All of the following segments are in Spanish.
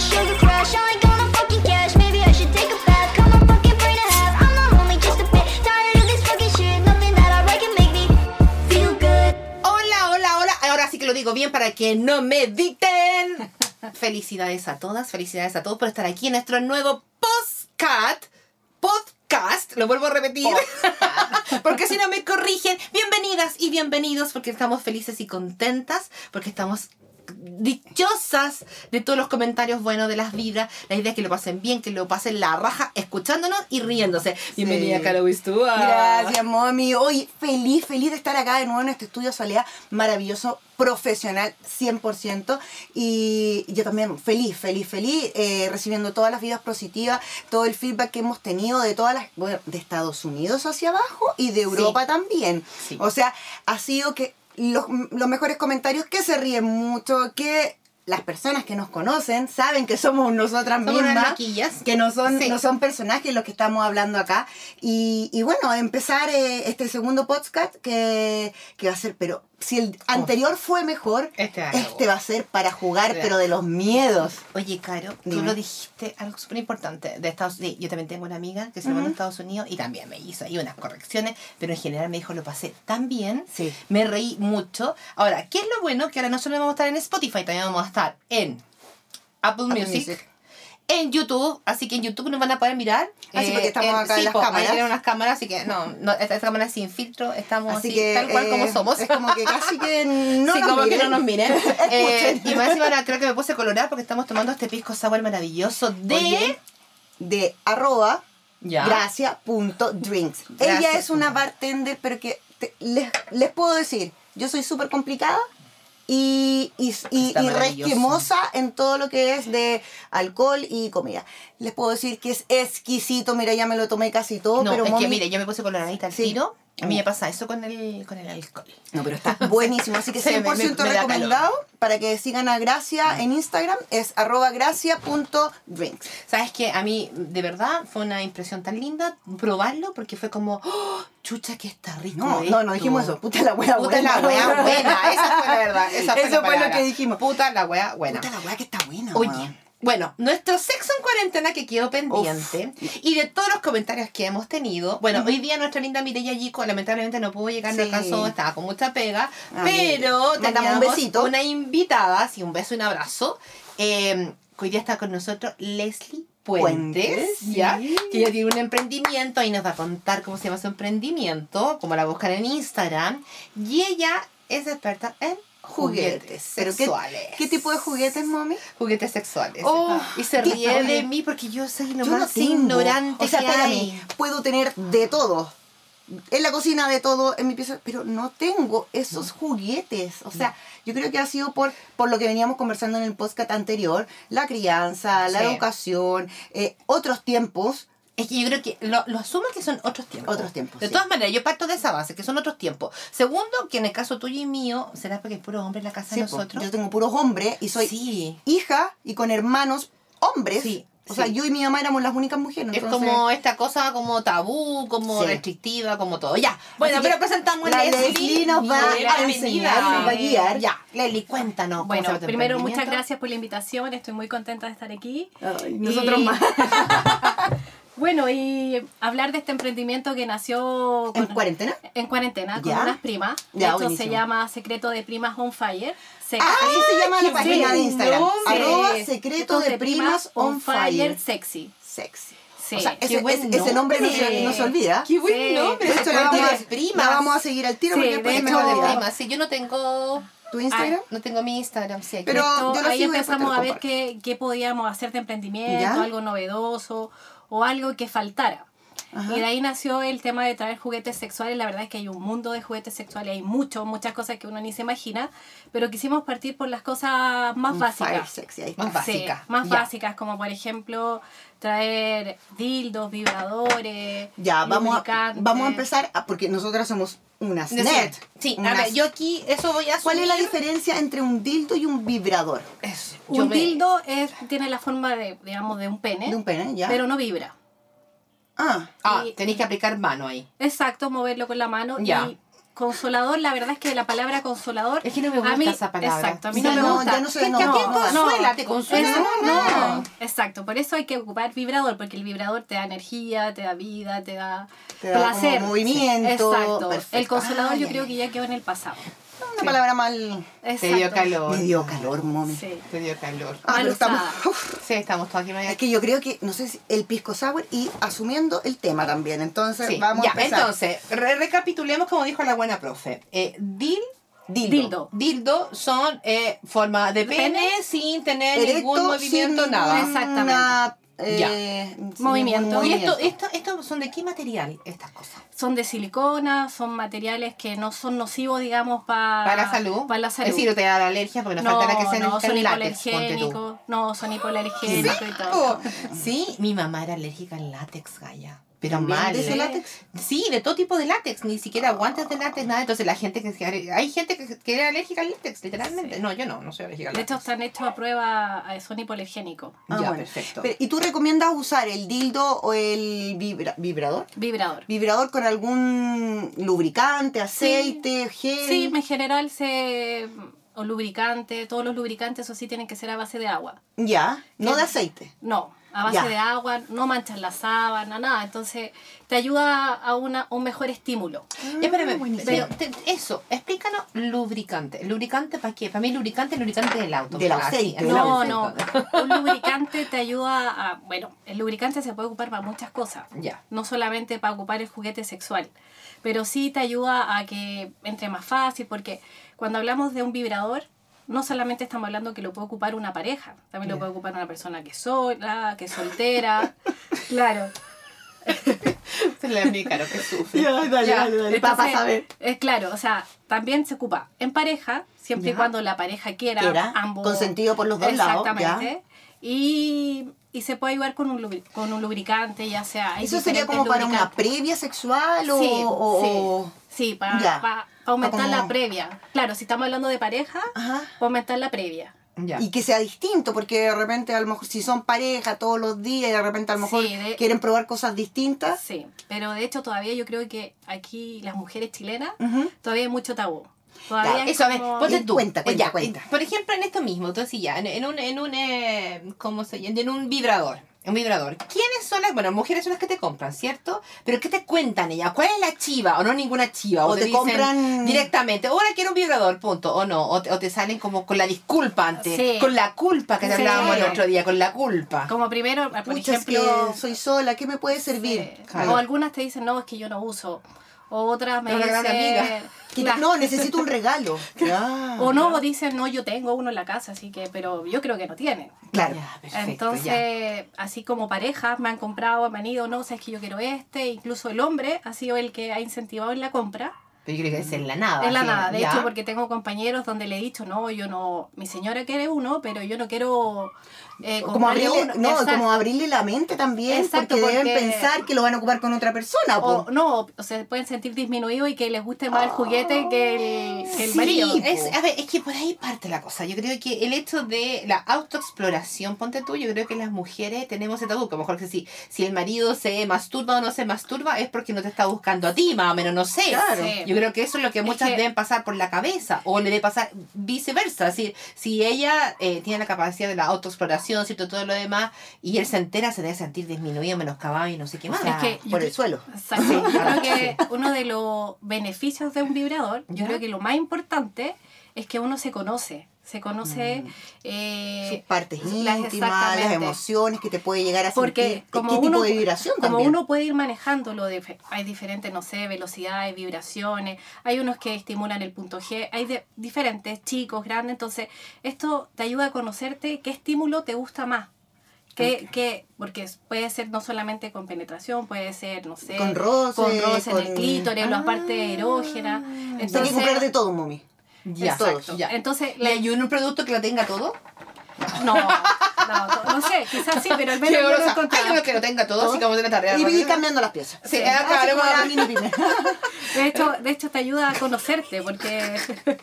sugar crash. I ain't got no fucking cash. Maybe I should take a bath. Cut my fucking brain in half. I'm not lonely, just a bit. Tired of this fucking shit. Nothing that I write can make me feel good. Hola, hola, hola. Ahora sí que lo digo bien para que no me dicten. Felicidades a todas, felicidades a todos por estar aquí en nuestro nuevo podcast. Podcast, lo vuelvo a repetir. porque si no me corrigen, bienvenidas y bienvenidos porque estamos felices y contentas, porque estamos dichosas de todos los comentarios buenos de las vibras. La idea es que lo pasen bien, que lo pasen la raja escuchándonos y riéndose. Bienvenida, Caro Wistúa. Gracias, mami. Hoy feliz, feliz de estar acá de nuevo en este estudio Soledad, maravilloso, profesional, 100%. Y yo también feliz, feliz, feliz, eh, recibiendo todas las vidas positivas, todo el feedback que hemos tenido de todas las, bueno, de Estados Unidos hacia abajo y de Europa también. Sí. O sea, ha sido que los, los mejores comentarios, que se ríen mucho, que... Las personas que nos conocen saben que somos nosotras Somos unas mismas, loquillas. que no son, Sí. no son personajes los que estamos hablando acá. Y, y bueno, empezar eh, este segundo podcast que, que va a ser, pero si el anterior fue mejor, Este va a este va a ser para jugar, Sí. pero de los miedos. Oye, Caro, tú Dime. lo dijiste algo súper importante de Estados Unidos. Yo también tengo una amiga que se mudó a Estados Unidos y también me hizo ahí unas correcciones, pero en general me dijo, lo pasé tan bien, Sí. me reí mucho. Ahora, ¿qué es lo bueno? Que ahora no solo vamos a estar en Spotify, también vamos a estar en Apple, Apple Music, Music. en YouTube, así que en YouTube nos van a poder mirar. Así porque estamos acá en sí, las po, ahí cámaras. tienen unas cámaras, así que no, no esta, esta cámara es sin filtro, estamos Así así, que tal cual como eh, somos. Es como que casi que no sí, nos como miren. que no nos miren. Eh, Escuchen. y más encima ahora creo que me puse colorada porque estamos tomando este pisco sour maravilloso de... Oye, de arroba Ya. gracia.drinks. Ella Gracias. es una bartender, pero que te- les, les puedo decir, yo soy súper complicada y, y, y- Está y maravilloso. resquemosa en todo lo que es de alcohol y comida. Les puedo decir que es exquisito, mira, ya me lo tomé casi todo, no, pero es mami, que mire, yo me puse coloradita al Sí. Mm. tiro. A mí me pasa eso con el, con el alcohol. No, pero está buenísimo. Así que Se me- 100% me- me da Mm. recomendado para que sigan a Gracia en Instagram. Es arroba gracia.drinks. ¿Sabes qué? A mí, de verdad, fue una impresión tan linda probarlo porque fue como, ¡Oh, chucha, que está rico. No, esto! no, no dijimos eso. Puta la wea Puta la buena. wea buena. Esa fue la verdad. Esa fue Eso la fue lo palabra. que dijimos. Puta la wea buena. Puta la wea que está buena. Oye, weón. bueno, nuestro sexo en cuarentena que quedó pendiente y de todos los comentarios que hemos tenido. Bueno, hoy día nuestra linda Mireya Yico lamentablemente no pudo llegar, no Sí. alcanzó, estaba con mucha pega, Ah, pero mira. Mandamos teníamos un besito. una invitada, sí, un beso y un abrazo. eh, que hoy día está con nosotros Leslie. Puentes, Puentes, ¿ya? sí. Que ella tiene un emprendimiento y nos va a contar cómo se llama su emprendimiento, cómo la buscan en Instagram. Y ella es experta en juguetes, juguetes. ¿Pero qué, sexuales qué tipo de juguetes, mami? juguetes sexuales. Ah, Oh, y se ya ríe sabes. de mí porque yo soy lo Yo no más tengo. ignorante O sea, que espérame, hay. puedo tener Mm. de todo. En la cocina de todo, en mi pieza, pero no tengo esos juguetes. O sea, yo creo que ha sido por, por lo que veníamos conversando en el podcast anterior, la crianza, la Sí. educación, eh, otros tiempos. Es que yo creo que lo, lo asumo que son otros tiempos. Otros tiempos, De sí. todas maneras, yo parto de esa base, que son otros tiempos. Segundo, que en el caso tuyo y mío, será porque es puro hombre en la casa Sí, de po, nosotros. yo tengo puros hombres y soy sí. hija y con hermanos hombres. Sí, o sea, sí. yo y mi mamá éramos las únicas mujeres. Es entonces- como esta cosa como tabú, como Sí. restrictiva, como todo. Ya. Bueno, Así que pero presentamos a la Leslie. Leslie nos va Bienvenida. a enseñar, nos va a guiar. Ya, Leslie, cuéntanos. cómo se Bueno, llama tu primero muchas emprendimiento. gracias por la invitación, estoy muy contenta de estar aquí. Ay, Y- nosotros más. Bueno, y hablar de este emprendimiento que nació ¿En con- cuarentena? Eh, en cuarentena con Ya. unas primas. De Ya, hecho, se buenísimo. llama Secreto de Primas on Fire. Se- Ah, así se llama la eh, qué página de buen Instagram. nombre. Arroba secreto de primas on fire sexy. sexy. Sí. O sea, qué ese, buen ese- ese nombre no se, nombre. no se olvida. Qué buen Sí. nombre. De hecho, la secreto vamos, de a, primas. la vamos a seguir al tiro Sí, porque pues, de después Secreto me de voy hecho- ah, a olvidar. primas. Sí, yo no tengo... ¿Tu Instagram? No tengo mi Instagram, sí. aquí. Pero yo lo ahí sigo y después empezamos te lo a ver comparto. qué, qué podíamos hacer de emprendimiento, ¿Ya? algo novedoso o algo que faltara. Ajá. Y de ahí nació el tema de traer juguetes sexuales. La verdad es que hay un mundo de juguetes sexuales, hay mucho, muchas cosas que uno ni se imagina, pero quisimos partir por las cosas más On fire básicas. sexy, ahí Más está. Sí, básicas, más ya. básicas, como por ejemplo traer dildos, vibradores, Ya, vamos a, lubricantes. vamos a empezar a- porque nosotras somos unas No sé. net. Sí, a unas- ver, yo aquí eso voy a ¿Cuál es la asumir. diferencia entre un dildo y un vibrador? Eso, yo Un me- dildo es, tiene la forma de, digamos, de un ¿Eh? pene, De un pene, ya. pero no vibra. ah, Ah, y- tenéis Ah, que aplicar mano ahí. Exacto, moverlo con la mano Ya. y consolador, la verdad es que la palabra consolador. Es que no me gusta a mí- esa palabra. Exacto, a mí no, Ya me no, gusta. ya no se- Es no, que a ti no, en no. Consuela, te consuela. Eso, No. no. Exacto, por eso hay que ocupar vibrador, porque el vibrador te da energía, te da vida, te da Te da placer. como movimiento. Exacto. Perfecto. El consolador Ay, yo ay, creo ay. que ya quedó en el pasado. Una palabra mal. Te dio Exacto. calor. Me dio calor, mami. Sí. Te dio calor. Ah, Mal pero estamos. usada. Uf. Sí, estamos todos aquí. no hay- Es que yo creo que, no sé, si el pisco sour y asumiendo el tema también. Entonces, Sí, vamos ya, a empezar. entonces, re- recapitulemos como dijo la buena profe. Eh, dil, dildo. Dildo. Dildo son eh, forma de pene, Pene. sin tener Erecto, ningún movimiento, sin nada. ningún Exactamente. ninguna, eh, sin Movimiento. ningún Y esto, esto, esto son de qué material estas cosas. Son de silicona, son materiales que no son nocivos, digamos, Para la salud. Para la salud. Es decir, no te da la alergia porque nos faltará que sea no, en son el látex, ponte tú. hipoalergénicos. No, son hipoalergénicos y todo. Oh, Sí, mi mamá era alérgica al látex, Gaya. Pero ¿También mal. de ese ¿eh? látex? Sí, de todo tipo de látex, ni siquiera guantes de látex, nada. Entonces la gente que que- hay gente que, que era alérgica al látex, literalmente. Sí. No, yo no, no soy alérgica al De hecho, látex. están hechos a prueba, eh, son hipoalergénicos. ya, Ah, bueno. perfecto. Pero, ¿Y tú recomiendas usar el dildo o el vibra- vibrador? Vibrador. Vibrador con algún lubricante, aceite, gel. Sí, en general se. O lubricante, todos los lubricantes, eso sí, tienen que ser a base de agua. Ya, no Sí. de aceite. No, a base Ya. de agua, no manchas la sábana, nada. Entonces, te ayuda a una, un mejor estímulo. Ya, espérame, buenísimo. pero te- eso, explícanos lubricante. ¿Lubricante para qué? Para mí lubricante es lubricante del auto. Del Ah, sí, aceite. el No, auto. no. Un lubricante te ayuda a. Bueno, el lubricante se puede ocupar para muchas cosas. Ya. No solamente para ocupar el juguete sexual. Pero sí te ayuda a que entre más fácil, porque cuando hablamos de un vibrador, no solamente estamos hablando que lo puede ocupar una pareja, también lo puede ocupar una persona que es sola, que es soltera. claro. Se le amícaro que sufre. Ya, dale, Ya, Para Entonces, saber. Es claro, o sea, también se ocupa en pareja, siempre y Ya. cuando la pareja quiera, Quiera, ambos. consentido por los dos lados, ya. Exactamente. Y, y se puede ayudar con un, lubri- con un lubricante, ya sea. hay ¿Eso sería diferentes como para una lubricantes. previa sexual o.? Sí, o- sí, sí, para Ya. aumentar Como- la previa. Claro, si estamos hablando de pareja, Ajá. aumentar la previa. Ya. Y que sea distinto, porque de repente, a lo mejor, si son pareja todos los días, y de repente a lo mejor Sí, de- quieren probar cosas distintas. Sí, pero de hecho todavía yo creo que aquí las mujeres chilenas Ujú. todavía hay mucho tabú. Todavía Ya, es Eso, a ver, como- ponte Y tú. cuenta, cuenta, Ya, eh, cuenta. Por ejemplo, en esto mismo, entonces ya, en, en un, en un, eh, ¿cómo se llama? En un vibrador. Un vibrador. ¿Quiénes son las, bueno, mujeres son las que te compran, ¿cierto? Pero ¿qué te cuentan ellas? ¿Cuál es la chiva? ¿O no ninguna chiva? O te dicen compran- directamente, ahora quiero un vibrador, punto. O no, o te, o te salen como con la disculpa antes, Sí. con la culpa que te Sí. hablábamos el otro día, con la culpa. Como primero, por Pucha, es ejemplo, que soy sola, ¿qué me puede servir? Eh, Claro. O algunas te dicen, no, es que yo no uso. O otras me Es una dicen. gran amiga. Que- Claro. No, necesito un regalo. Ya. O no, o dicen, no, yo tengo uno en la casa, así que, pero yo creo que no tienen. Claro. Ya, perfecto, ya. Entonces, así como parejas me han comprado, me han ido, no, sabes que yo quiero este. Incluso el hombre ha sido el que ha incentivado en la compra. Pero yo creo que es en la nada. Ah, es la así, nada, de ya. hecho, porque tengo compañeros donde le he dicho, no, yo no, mi señora quiere uno, pero yo no quiero eh, Como comprarle abrirle, uno. no, Exacto. como abrirle la mente también, Exacto, porque, deben porque- pensar que lo van a ocupar con otra persona. po. o, no, o- o se pueden sentir disminuidos y que les guste más el juguete que el, que el Ah, Sí, marido. es- a ver, es que por ahí parte la cosa. Yo creo que el hecho de la autoexploración, ponte tú, yo creo que las mujeres tenemos ese tabú. que a lo mejor que si, si el marido se masturba o no se masturba es porque no te está buscando a ti, más o menos, no sé. Claro. Sí. Yo creo que eso es lo que Es muchas que- deben pasar por la cabeza o le debe pasar viceversa. Si, si ella eh, tiene la capacidad de la autoexploración, ¿cierto? Todo lo demás, y él se entera, se debe sentir disminuido, menoscabado y no sé qué más. Es que- yo por el creo- suelo. Exacto. Yo creo que uno de los beneficios de un vibrador, yo ¿Ya? creo que lo más importante es que uno se conoce. Se conoce. Mm. Sus eh, partes las- íntimas, las exactamente. emociones que te puede llegar a sentir, Porque qué como, tipo uno, de vibración como también. uno puede ir manejándolo, de- hay diferentes, no sé, velocidades, vibraciones, hay unos que estimulan el punto G, hay de, diferentes, chicos, grandes, entonces esto te ayuda a conocerte qué estímulo te gusta más. Que, que, porque es- puede ser no solamente con penetración, puede ser, no sé, Con roce, Este, con roce en con- el clítoris, Ah. la parte erógena. Hay que comprar de todo, mami. Ya, Exacto. ya. Entonces, ¿Le la- ayuda un producto que lo tenga todo? no, no, no sé, quizás sí, pero al Qué menos yo lo horrorosa. encontraba. Hay uno que lo tenga todo, así que vamos a tener tarea. Y ¿no? ir cambiando las piezas. Sí, Así ah, claro, como la mami. mini pyme. De hecho, de hecho te ayuda a conocerte porque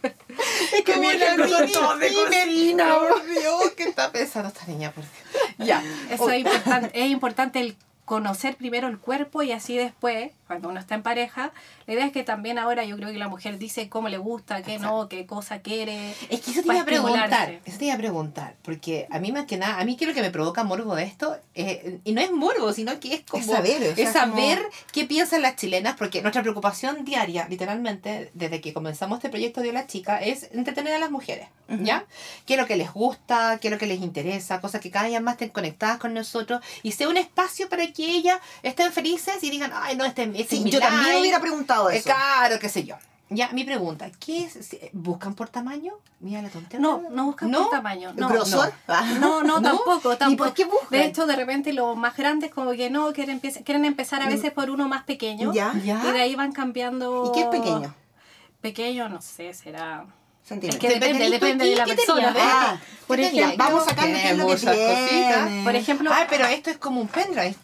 Es que Como viene la el Corina mini de primerina, cocina. por Dios, que está pesada esta niña, por Dios. Ya. eso es importante, es importante el conocer primero el cuerpo y así después cuando uno está en pareja, la idea es que también ahora yo creo que la mujer dice cómo le gusta, qué no, qué cosa quiere. Es que eso te pa' iba a preguntar, estimularse. eso te iba a preguntar, porque a mí más que nada, a mí que lo que me provoca morbo de esto, eh, y no es morbo, sino que es como... Es saber, o sea, es es como- saber qué piensan las chilenas, porque nuestra preocupación diaria, literalmente, desde que comenzamos este proyecto de la chica, es entretener a las mujeres, ¿ya? Qué es lo que les gusta, qué es lo que les interesa, cosas que cada día más estén conectadas con nosotros, y sea un espacio para que ellas estén felices y digan, ay, no, este es Sí, mi yo también like". hubiera preguntado Eh, eso. Claro, qué sé yo. Ya, mi pregunta, ¿qué es? si- eh, ¿Buscan por tamaño? Mira la tontería. No, no buscan ¿No? por tamaño. No, ¿Grosor? Ah. No, no, ¿No? tampoco, ¿Y tampoco. por qué buscan? De hecho, de repente los más grandes como que no, quieren, empieza- quieren empezar a veces por uno más pequeño. Mm. Ya. Ya. Y de ahí van cambiando. ¿Y qué es pequeño? Pequeño, no sé, será. Es Centímetros. que depende, ¿Y tú depende qué- de la qué persona. tenías? Ah, por ¿qué tenías? ejemplo, vamos a sacarle qué es lo que tenemos esas cositas. tiene. Por ejemplo, Ah, pero esto es como un pendrive.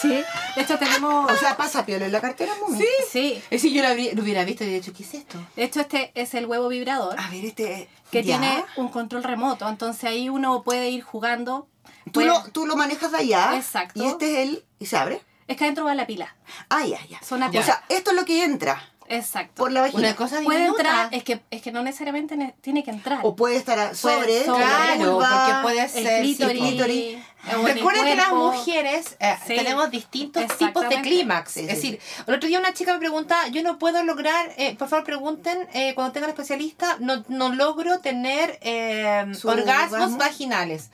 sí. De hecho, tenemos. O sea, pasa piola en la cartera, mami. Sí. Es si yo lo, habría- lo hubiera visto y hubiera dicho, ¿qué es esto? De hecho, este es el huevo vibrador A ver, este... que ¿ya? tiene un control remoto. Entonces ahí uno puede ir jugando. Tú, Puede- lo, tú lo manejas de allá. pues. Exacto. Y este es el... ¿Y se abre? Es que adentro va la pila. Ah, ya, ya. Son las Ya. O sea, esto es lo que entra Exacto. por la vagina. Una cosa puede diminuta. entrar, es que, es que no necesariamente ne- tiene que entrar. O puede estar a- sobre, Puede- sobre. la Claro, vulva. porque puede el ser... sí, clítoris, po. clítoris. eh, o en el Recuerden que las cuerpo. mujeres eh, Sí. tenemos distintos tipos de Exactamente. clímax. Sí, es sí, decir, el otro día una chica me pregunta, yo no puedo lograr, eh, por favor pregunten eh, cuando tengan especialista, no, no logro tener eh, Su orgasmos orgasmo. vaginales.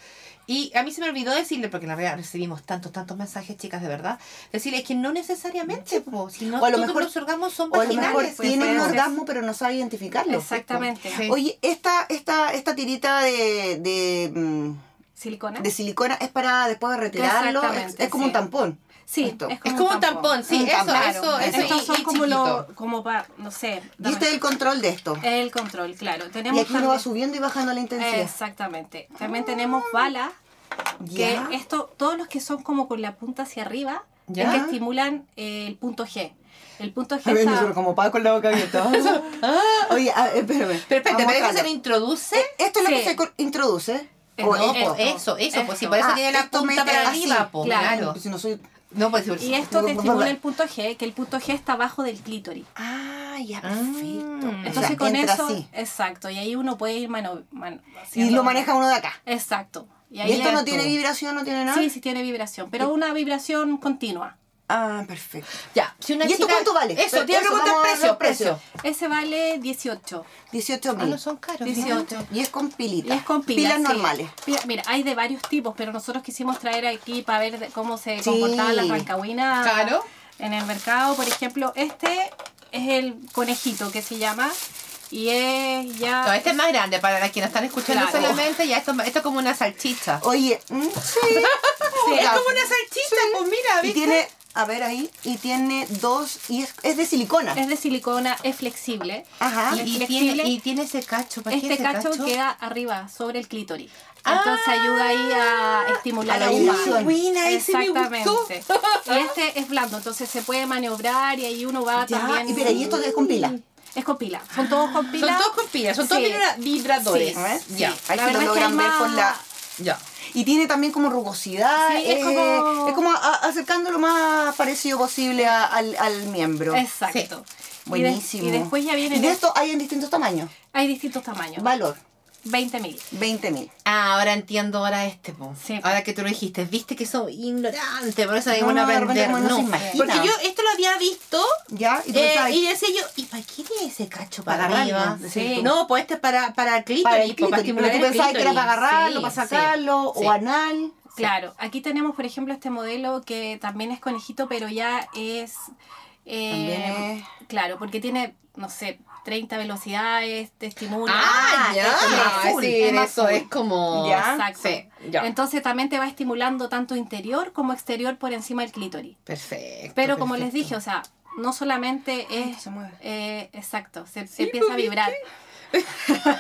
Y a mí se me olvidó decirle, porque en la realidad recibimos tantos, tantos mensajes, chicas, de verdad, decirles que no necesariamente, po, si no O a lo todos mejor- los orgasmos son O a lo mejor vaginales. pues, tiene un puede ser. orgasmo, pero no sabe identificarlo. Exactamente. Sí. Oye, esta, esta, esta tirita de, de, mm, ¿Silicona? de silicona es para después de retirarlo. Es, Exactamente, es como sí. un tampón. Sí, Esto. Es como un tampón, sí, Un eso, tampón. eso, eso. Estos y- son y como lo, chiquito. como para, no sé. Y este es el control de esto. El control, claro. Y Tenemos aquí uno va también- subiendo y bajando la intensidad. Exactamente. También tenemos balas, que Ah, Ya. esto, todos los que son como con la punta hacia arriba, Ya. es que estimulan eh, el punto G. El punto G A ver, está- nosotros como Paco con la boca abierta. Oye, a, espérame. Pero espérate, Vamos a pero eso se lo buscarlo. introduce. Esto es lo Sí. que se co- introduce. Eh, O no, es- Eso, eso, Esto, eso, pues si esto. por eso Ah, tiene la esto punta mete para así. arriba, po, Claro. claro. Si no soy. No, pues por- Y esto te estimula el punto G, que el punto G está abajo del clítoris. Ah, ya, perfecto. perfecto. Entonces O sea, con entra eso, así. exacto, y ahí uno puede ir mano, mano- Y haciendo- lo maneja uno de acá. Exacto. Y, ahí Y esto le- no tiene vibración, no tiene nada. Sí, sí tiene vibración, pero una vibración continua. Ah, perfecto. Ya, si una ¿Y esto chica- cuánto vale? Eso, te iba a Eso, preguntar vamos a precio, los precios. precio. Ese vale 18. 18 Ah, mil. no son caros. 18. Y es con Y pilita. es con pilas. Pilas sí. normales. Pila- mira, hay de varios tipos, pero nosotros quisimos traer aquí para ver de- cómo se Sí. comportaban las rancahuinas Claro. en el mercado. Por ejemplo, este es el conejito que se llama y es ya... No, este es más grande para las que nos están escuchando Claro. solamente. Ya esto, esto es como una salchicha. Oye, mm, sí. es como una salchicha, pues mira, Y ¿viste? tiene, a ver ahí, y tiene dos, y es, es de silicona. Es de silicona, es flexible. Ajá. ah, Y, es y tiene, flexible. y tiene ese cacho. ¿Para qué Este ese cacho, queda arriba, sobre el clítoris. Ah, Entonces ayuda ahí a estimular a la la eyaculación. Buena, ese me gustó. Exactamente. Y este es blando, entonces se puede maniobrar y ahí uno va Ya, también. y pero ahí esto es con pila. Es con pila. Son todos con pila. Son todos con pilas, son todos Sí. vibra- vibradores. ¿eh? Sí, A ver, Ya, sí. Ahí se La lo verdad es que logran hay ver más- con la... ya. Y tiene también como rugosidad. Sí, es eh, como- es como a- acercando lo más parecido posible a- al, al miembro. Exacto. Y de- Buenísimo. Y, después ya Y vienen. de esto hay en distintos tamaños. Hay distintos tamaños. Valor, 20 mil. 20 mil. Ah, ahora entiendo ahora este, po. Sí. Ahora que tú lo dijiste, viste que soy ignorante, por eso hay No, una de repente aprender. uno no No, se imagina. porque yo esto lo había visto ¿Ya? Y tú eh, pensabas, y decía yo, ¿y para qué tiene ese cacho para, Para agarrarlo, arriba? decís tú. No, pues este es para, para el clítoris, para el po, para clítoris, pero estimular tú el pensabas que era clítoris. para agarrarlo, Sí, para sí, sacarlo, sí. o anal. Claro, aquí tenemos, por ejemplo, este modelo que también es conejito, pero ya es... eh, También Claro, porque tiene, no sé, 30 velocidades, te estimula. Ah, ya, es como es azul, decir, más eso azul. es como... Ya. Exacto. Sí, ya. Entonces también te va estimulando tanto interior como exterior por encima del clítoris. Perfecto. Pero como les perfecto. dije, o sea, no solamente es... se mueve. eh, exacto, se, se empieza pues, a vibrar.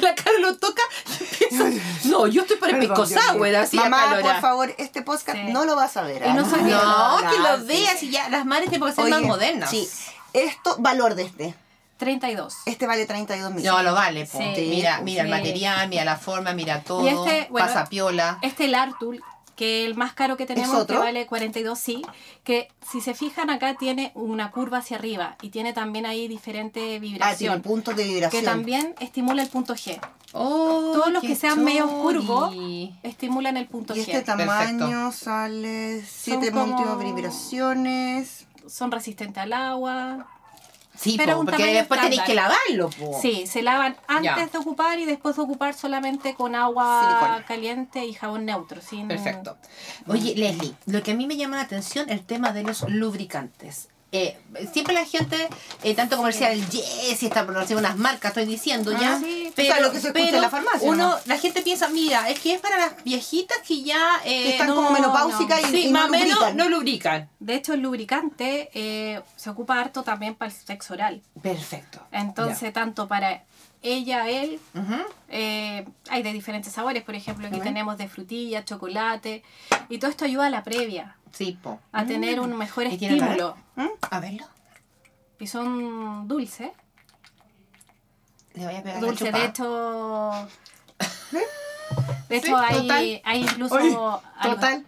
La cara lo toca y empieza- No, yo estoy para el pisco sour, así Mamá, acalorada. por favor, este podcast Sí. no lo vas a ver. Y no Ana. soy- ah. No, no, que no, lo veas y ya, las madres tienen que ser Oye, más modernas. Sí. Esto, valor de este. 32. Este vale 32 mil. No, lo vale, po. Sí, mira, mira el sí. material, mira la forma, mira todo, Y este, bueno, pasa piola. Este el Artul, que el más caro que tenemos, que otro? vale 42, sí, que si se fijan acá tiene una curva hacia arriba y tiene también ahí diferente Ah, tiene vibración, puntos de que vibración. también estimula el punto G. Oh, Todos los qué que sean medio curvos chori. estimulan el punto y este G. tamaño sale 7 como- múltiples vibraciones. Son resistentes al agua. Sí, Pero po, un porque tamaño después tenéis que estándar. lavarlo, po. Sí, se lavan antes Oh. Ya. de ocupar y después de ocupar solamente con agua Silicona. caliente y jabón neutro. Sin... Perfecto. Mm. Oye, Leslie, lo que a mí me llama la atención es el tema de los lubricantes. Eh, siempre la gente, eh, tanto comercial, el yes, y está por decir unas marcas, estoy diciendo ya. Ah, sí. O sea, lo que se escucha en la farmacia, Uno, ¿no? la gente piensa, mira, es que es para las viejitas que ya. eh, Que están no- como menopáusicas y, sí, y más no o menos lubrican. no lubrican. De hecho, el lubricante eh, se ocupa harto también para el sexo oral. Perfecto. Entonces, tanto para ella, él, Ya. Ujú. eh, hay de diferentes sabores, por ejemplo, aquí tenemos de frutilla, chocolate, y todo esto ayuda a la previa, Sí, po. a tener un mejor Mm. ¿Y tiene estímulo. ¿Mm? A verlo. Y son dulces, Le voy a pegar la dulce, chupa. de hecho... De Sí, hecho, hay, total. hay incluso... Oye, algo- Total.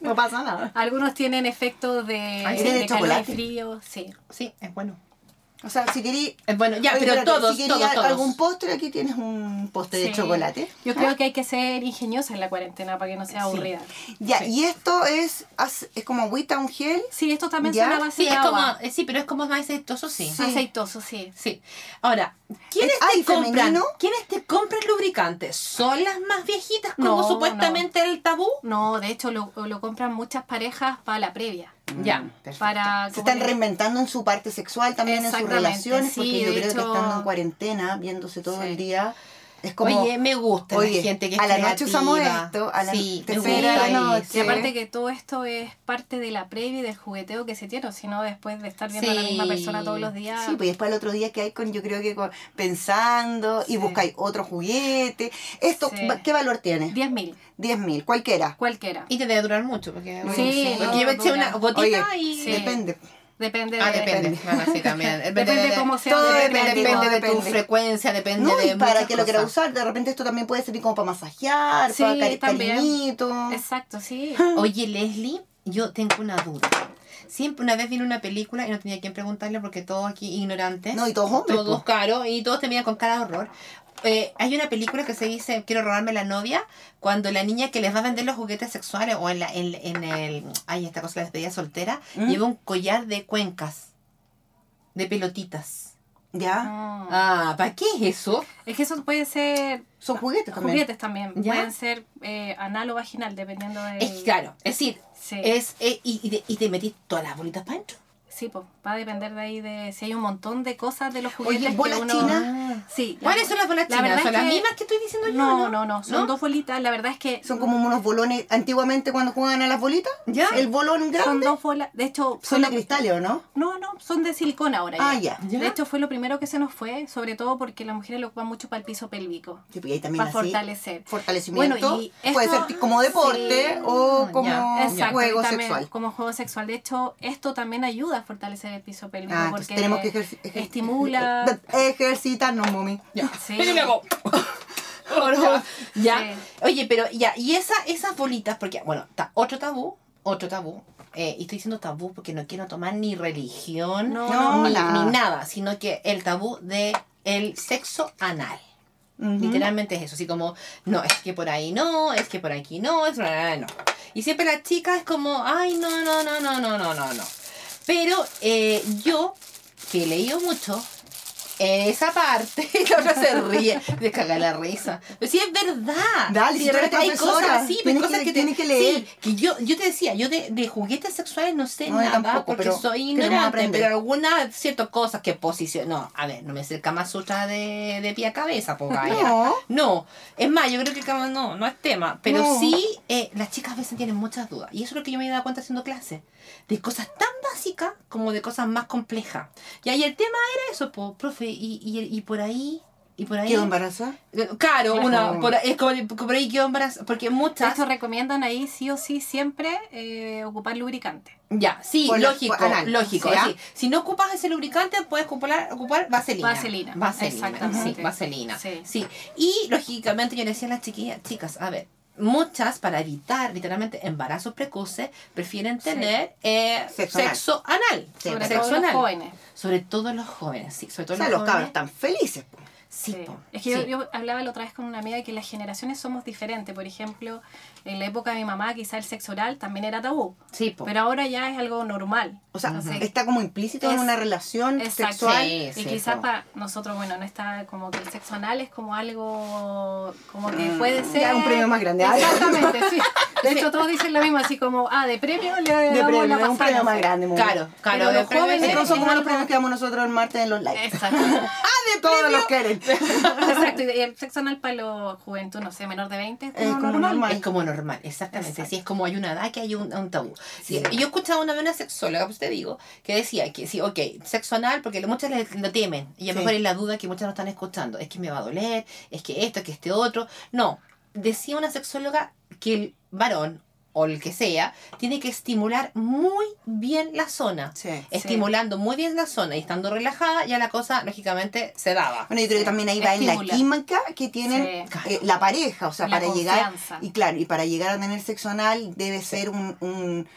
no pasa nada. Algunos tienen efectos de, Ay, sí, de de calor y chocolate. frío, sí. Sí, es bueno. O sea, si querí. Es bueno, ya, Oye, pero espérate, todos, si querí todos, todos. algún postre, aquí tienes un postre de Sí. chocolate. Yo creo que hay que ser ingeniosa en la cuarentena para que no sea aburrida. Sí, Ya, Sí. y esto es, as- es como agüita, un gel. estos también Ya, son a base Sí, de es como, agua. eh, sí, pero es como más aceitoso, sí. Sí. Aceitoso, sí. Sí. Ahora, ¿quiénes Ah, te ¿y compran? femenino? ¿Quiénes te compran lubricantes? ¿Son las más viejitas como No, supuestamente el tabú? No, de hecho lo, lo compran muchas parejas para la previa. Ya. Para Mm, Se están como- reinventando en su parte sexual, también en sus Exactamente, relaciones, sí, porque yo de creo que hecho- estando en cuarentena, viéndose todo Sí. el día, es como... Oye, me gusta Oye, la gente que es a la noche creativa. usamos esto, a la sí, te me espera gusta la eso. noche. Y aparte que todo esto es parte de la previa y del jugueteo que se tiene, o si no después de estar viendo a la misma Sí. persona todos los días. Sí, pues después el otro día que hay con, yo creo que con- pensando y Sí. buscáis otro juguete. Esto, Sí. ¿qué valor tiene? 10.000, 10.000, cualquiera. cualquiera. Y te debe durar mucho, porque, Sí, sí. porque no, yo me eché dura. una gotita Oye, y... Sí. Depende. Depende Ah, de- depende. Depende. Bueno, sí, también. Depende cómo sea, Todo depende, depende, depende de tu depende. frecuencia, depende No, de y para muchas que lo quieras cosas. usar, de repente esto también puede servir como para masajear, Sí, para cari- también. cariñito. Exacto, sí. Oye, Leslie, yo tengo una duda. Siempre, una vez vino una película y no tenía quien preguntarle porque todos aquí ignorantes. No, y todos hombres, Todos po. caros y todos te miran con cara de horror. Eh, hay una película que se dice Quiero robarme la novia cuando la niña que les va a vender los juguetes sexuales o en, la, en, en el. Ay, esta cosa, la despedida soltera, ¿Mm? lleva un collar de cuencas, de pelotitas. Ya, Mm. Ah, ¿para qué es eso? Es que eso puede ser son juguetes también. juguetes también. ¿Ya? Pueden ser eh, anal o vaginal, dependiendo de. Es claro, es decir, Sí, es, eh, y, y, te- y te metís todas las bolitas para adentro. sí, pues va a depender de ahí de si hay un montón de cosas de los Oye, juguetes. que bolas uno- chinas. Sí. la- ¿Cuáles son las bolas la chinas? verdad ¿Son es las que- mismas que estoy diciendo yo? No, no, no. Son ¿No? dos bolitas. La verdad es que. Son como unos bolones, antiguamente cuando jugaban a las bolitas, ¿Ya? el bolón grande, Son son, dos bolas. De hecho. fue de lo- cristales, ¿o no? No, no, son de silicona ahora. Ah, ya. ya. ¿Ya? De hecho, fue lo primero que se nos fue, sobre todo porque las mujeres lo ocupan mucho para el piso pélvico. Sí, pues, y ahí también Para así, fortalecer. fortalecimiento. Bueno, y esto- puede ser como deporte Sí. o como Ya, Exacto, juego y también sexual. Como juego sexual. De hecho, esto también ayuda a fortalecer el piso pélvico Ah, entonces porque tenemos que ejerci- ejer- estimula. eh, ejercitarnos, mami. Ya. Sí. Ven y me hago. Por favor. ya. Sí. Oye, pero ya, y esa, esas bolitas, porque, bueno, ta- otro tabú, otro tabú. eh, y estoy diciendo tabú porque no quiero tomar ni religión No, No, ni, nada. ni nada, sino que el tabú de el sexo anal. Ujú. Literalmente es eso, así como, no, es que por ahí no, es que por aquí no, es bla, bla, bla, no. Y siempre la chica es como, ay, no, no, no, no, no, no, no, no. Pero eh, yo, que he leído mucho, esa parte, la otra se ríe, me caga la risa. Pero sí es verdad. Dale, Sí, de si tú eres repente hay profesora, cosas así, pero tienes cosas que- que, te- tienes que leer. sí, que yo, yo te decía, yo de, de juguetes sexuales no sé No, yo nada, tampoco, porque pero soy queremos ignorante, aprender. pero algunas ciertas cosas que posición. No, a ver, no me sé el Kama Sutra de, de pie a cabeza, po gaya. No. No, es más, yo creo que el Kama no, no es tema, pero No. sí eh, las chicas a veces tienen muchas dudas. Y eso es lo que yo me he dado cuenta haciendo clases, de cosas tan básicas como de cosas más complejas. Ya, y el tema era eso, po, profe, y, y, y por ahí, y por ahí. ¿Quedó embarazada? Claro, una, Claro. por, es como por ahí quedó embarazada, porque De muchas... hecho, recomiendan ahí sí o sí siempre eh, ocupar lubricante. Ya, sí, Por la- lógico, por anal. lógico. O sea- sí. Si no ocupas ese lubricante, puedes ocupar, ocupar vaselina. Vaselina, Vaselina, exactamente. sí, vaselina. Sí. Sí. Y, lógicamente, yo le decía a las chiquillas, chicas, a ver, muchas, para evitar literalmente embarazos precoces, prefieren tener eh, Sexo sexo, anal. anal. Sí, sobre sexo todo los anal. jóvenes. Sobre todo los jóvenes, sí. Sobre todo O sea, los los, jóvenes. cabros están felices. po. Sí, Sí. po, Es que yo, sí. yo hablaba la otra vez con una amiga de que las generaciones somos diferentes. Por ejemplo, en la época de mi mamá quizá el sexo oral también era tabú. Sí, po. Pero ahora ya es algo normal. O sea, Entonces, está como implícito en Es- una relación Exacto. sexual. Sí, y sí, quizás po. para nosotros, bueno, no está como que el sexo anal es como algo como que puede ser. un premio más grande. Ah. Ay. Exactamente, sí. De hecho, todos dicen lo mismo, así como, ah, de premio le De damos premio, la es un manzana, premio más sí. grande. muy Claro, claro. Pero de los premio- bien. jóvenes- Estos son como es los premios algo- que damos nosotros el martes en los Ah, likes. Exacto. Todos los quieren. Exacto, y el sexo anal para la juventud, no sé, menor de 20, es como como normal. normal. Es como normal, exactamente. Exacto. Sí, es como hay una edad que hay un, un tabú. Sí. Y- y yo escuchaba una vez una sexóloga, pues te digo, que decía que sí, ok, sexo anal, porque muchas le- lo temen. Y a lo Sí. mejor es la duda que muchas no están escuchando. Es que me va a doler, es que esto, es que este otro. No, decía una sexóloga que el varón o el que sea, tiene que estimular muy bien la zona. Sí. Estimulando muy bien la zona y estando relajada, ya la cosa, lógicamente, se daba. Bueno, yo creo que también ahí va en la Estimula. química que tienen Sí. eh, la pareja, o sea, La para confianza. llegar y claro, y para llegar a tener sexo anal debe ser un, un-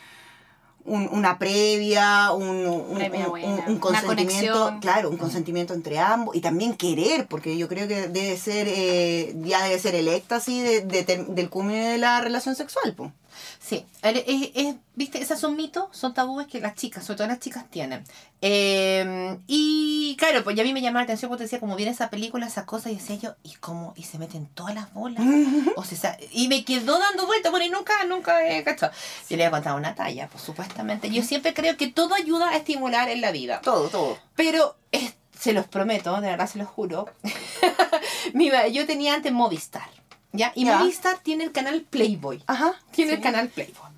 un- una previa, un, un- Previa un- buena, un- un una consentimiento, conexión. Mm. claro, un consentimiento entre ambos y también querer, porque yo creo que debe ser eh, ya debe ser el éxtasis de- de ter- del culmine de la relación sexual, po. Sí, el- es, es- viste, esos son mitos, son tabúes que las chicas, sobre todo las chicas, tienen. Eh, y claro, pues ya a mí me llamaba la atención porque decía, como viene esa película, esas cosas, y decía yo, ¿y cómo? Y se meten todas las bolas. o sea, sa- y me quedó dando vueltas, bueno, y nunca, nunca he cachado. Yo le voy a contar una talla, pues supuestamente. Yo siempre creo que todo ayuda a estimular en la vida. Todo, todo. Pero es- se los prometo, de verdad se los juro. Mira, yo tenía antes Movistar, ¿ya? Y Ya. Movistar tiene el canal Playboy. Ajá. Tiene el canal Playboy.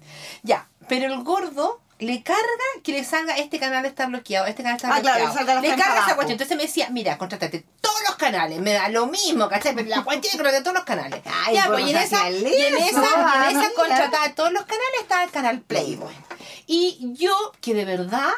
Ya, pero el gordo le carga que le salga este canal está bloqueado, este canal está Ah, claro, bloqueado. le salga la le franja carga abajo. esa cuestión. Entonces me decía, mira, contrátate todos los canales, me da lo mismo, ¿cachai? Pero la cuestión tiene que contratar todos los canales. Ay, ya, pues, pues y en no esa, hacía y en eso, esa, y en amiga. esa contratada de todos los canales estaba el canal Playboy. Y yo, que de verdad,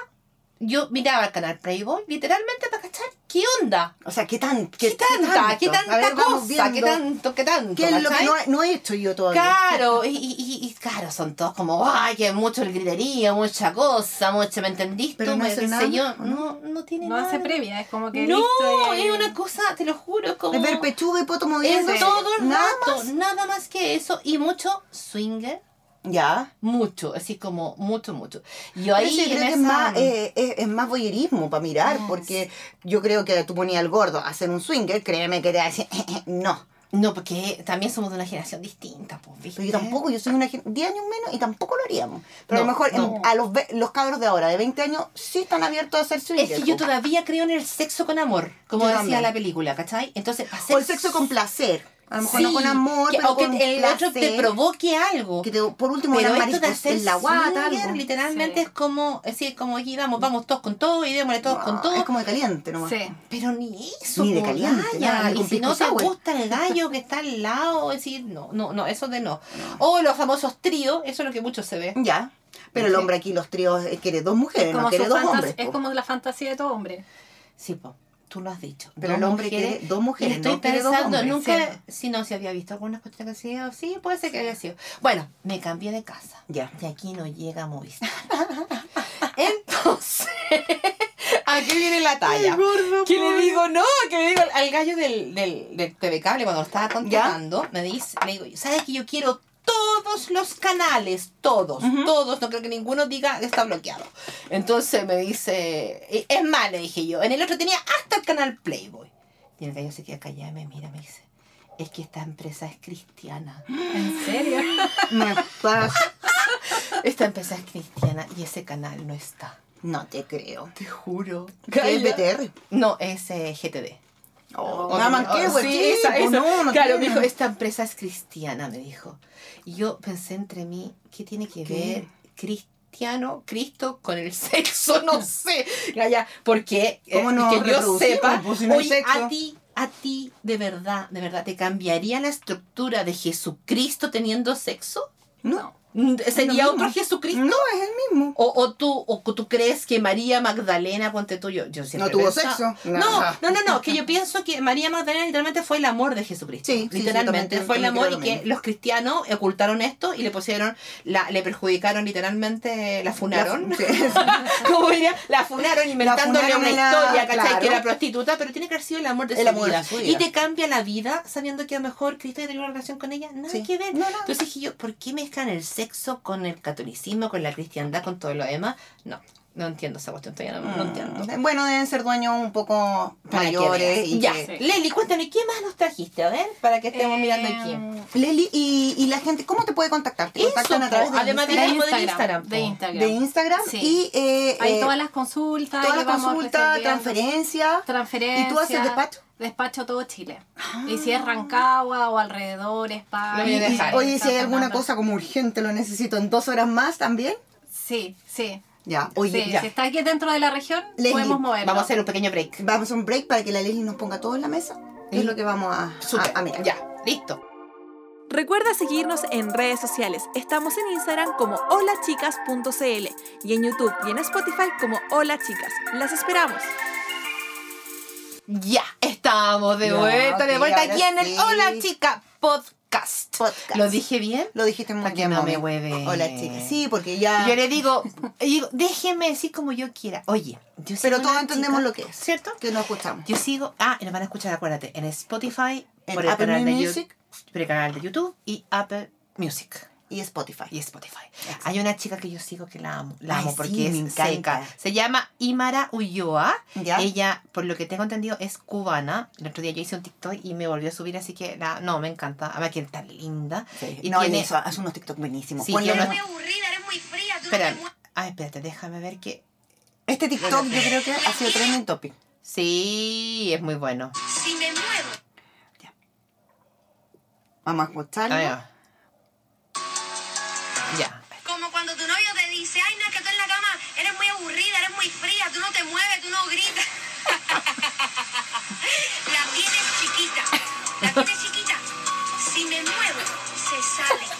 yo miraba el canal Playboy literalmente para cachar qué onda. O sea, qué tan ¿Qué, tanta? tanto? ¿Qué A tanta ver, vamos cosa? ¿Qué viendo tanto? ¿Qué tanto? ¿Qué es lo que ¿cachai? no, he- no he hecho yo todavía? Claro, y, y, y- y claro, son todos como, ay, que mucho el gritería, mucha cosa, mucho, ¿me entendiste? Pero no Me- hace qué nada, sé yo. ¿o No, no tiene No nada. hace previa, es como que no, listo. eh. y- es una cosa, te lo juro, es como... Es ver pechuga y poto es moviendo. todo el Nada rato, más. nada más que eso, y mucho swinger, Ya. mucho, así como mucho, mucho. Yo Pero ahí sí, en creo que es esa- más, eh, es, es más voyerismo para mirar, porque yo creo que tú ponías al gordo a hacer un swinger, créeme que te va a decir, "Eh, no. No, porque también somos de una generación distinta, pues, ¿viste? Pero yo tampoco, yo soy una gen- 10 años menos y tampoco lo haríamos. Pero a lo No, mejor em, no. a los, ve- los cabros de ahora, de 20 años, sí están abiertos a hacer swinger. Es que yo po. todavía creo en el sexo con amor, como Yo decía también. la película, ¿cachai? Entonces, para O ser el sexo con placer. A lo mejor no Sí, con amor, que- pero o que con el otro te placer. provoque algo. Que te- por último, pero una esto de mariposa hacer en la guata, swinger, algo. literalmente Sí. es como, es decir, como aquí vamos, vamos todos con todo y démosle todos Ah, con todo. Es como de caliente nomás. Sí. Pero ni eso, Ni de po, caliente, Gaya. nada, ni y con si no pisco te sour. gusta el gallo que está al lado, es decir, no, no, no, eso de no. O los famosos tríos, eso es lo que mucho se ve. Ya. Pero el hombre aquí, los tríos, eh, quiere dos mujeres, no como quiere su dos fantas- hombres. es po. como la fantasía de todo hombre. Sí, po, tú lo has dicho. Pero Dos el hombre mujeres- quiere dos mujeres, Y estoy no quiere dos pensando, hombres, nunca, si no, si había visto algunas cuestiones que sí, sí, puede ser que haya sido. Bueno, me cambié de casa. Ya. De aquí no llega Movistar. Entonces, ¿a qué viene la talla? Que le digo, no, que le digo al- al gallo del, del, del TV Cable cuando lo estaba contratando, me dice, le digo, ¿sabes que yo quiero todos los canales? Todos, todos, no creo que ninguno diga está bloqueado. Entonces me dice, "E- es más, le dije yo, en el otro tenía hasta el canal Playboy. Y el gallo se queda callado y me mira, me dice, es que esta empresa es cristiana. ¿En serio? Me pasa- Esta empresa es cristiana y ese canal no está. No te creo. Te juro. ¿Qué es BTR? No, es eh, GTD. Oh, Otro- nada más que, oh, güey, sí, sí, esa, pues, esa. no, no Claro, tiene. me dijo, esta empresa es cristiana, me dijo. Y yo pensé entre mí, ¿qué tiene que ¿Qué? ver cristiano, Cristo con el sexo? No sé. Gaya, porque eh, ¿Cómo nos que yo reproducimos, sepa, pues, si no hay oye, sexo? a ti, a ti, de verdad, de verdad, ¿te cambiaría la estructura de Jesucristo teniendo sexo? No. Mm, ¿Sería Lo otro mismo. Jesucristo? No, es el mismo. O, o tú, o tú crees que María Magdalena, ponte tú, yo, yo siempre No tuvo pensaba- sexo. No, Ajá. no, no, no, que yo pienso que María Magdalena literalmente fue el amor de Jesucristo. Sí, sí, sí, literalmente también fue el creo- amor y creo lo que mismo. los cristianos ocultaron esto y le pusieron, la, le perjudicaron literalmente, la funaron. La- sí. ¿Cómo diría? La funaron inventándole funaron una en la- historia, ¿cachai? claro. Que era prostituta, pero tiene que haber sido el amor de, El su, amor de vida. su vida. Y te cambia la vida sabiendo que a lo mejor Cristo tenía una relación con ella, nada Sí. que ver. No, no. Entonces dije yo, ¿por qué mezclan el sexo con el catolicismo, con la cristiandad, con todo lo demás? No, no entiendo esa cuestión, todavía no, no entiendo. Mm, Bueno, deben ser dueños un poco Para que mayores. veas. Y ya, que- Sí. Leli, cuéntame, ¿qué más nos trajiste? A ver, para que estemos mirando aquí. Em, Leli, y, y la gente, ¿cómo te puede contactar? ¿Te Eso, contactan a través de además Instagram? de Tenemos de Instagram, Instagram. de po. Instagram. de Instagram Sí. y eh, Hay eh, todas las consultas. todas ahí las vamos consultas, resolviendo. transferencias. Transferencia. ¿Y tú haces despacho? Despacho todo Chile. Y si es Rancagua o alrededor, Lo España. voy a y- dejar. Oye, si hay San alguna Fernando. cosa como urgente, lo necesito en dos horas más también. Sí, sí. Ya, oye, Sí, ya. Si está aquí dentro de la región, Leslie, podemos moverlo. Vamos a hacer un pequeño break. Vamos a un break para que la Leslie nos ponga todo en la mesa. Sí. Es lo que vamos a, Mm. Súper, a, a mirar. ya, listo. Recuerda seguirnos en redes sociales. Estamos en Instagram como holachicas.cl y en YouTube y en Spotify como Hola Chicas. ¡Las esperamos! Ya, estamos de Ya, vuelta, de ok, vuelta ahora aquí en el sí. Hola Chica Podcast. Podcast. ¿Lo dije bien? Lo dijiste muy Pa' que bien, no mami. me hueve. Hola, chicas. Sí, porque ya. Yo le digo, y digo, déjeme decir como yo quiera. Oye, yo soy Pero una todos entendemos chica, lo que es. ¿Cierto? Que nos escuchamos. Yo sigo. Ah, y nos van a escuchar, acuérdate, en Spotify, En por, el Apple canal de Yo- Music. por el canal de YouTube y Apple Music Y Spotify. y Spotify. Hay una chica que yo sigo que la amo, la Ay, amo sí, porque me es encanta. seca. Se llama Imara Ulloa. ¿Ya? Ella, por lo que tengo entendido, es cubana. El otro día yo hice un TikTok y me volvió a subir, así que la, no, me encanta. Además que es tan linda. Sí. Y no, tiene- y eso, hace unos TikTok buenísimos. Sí, Ponle tiene unos- aburrida, eres muy fría, tú Espera, ah, espérate, déjame ver que Este TikTok yo creo que ha sido trending topic. Sí, es muy bueno. Si me muevo, Vamos a escucharlo. Ah, ya. Ya. como cuando tu novio te dice, ay, no, es que tú en la cama eres muy aburrida, eres muy fría, tú no te mueves, tú no gritas. la tienes chiquita, la tienes chiquita. Si me muevo, se sale.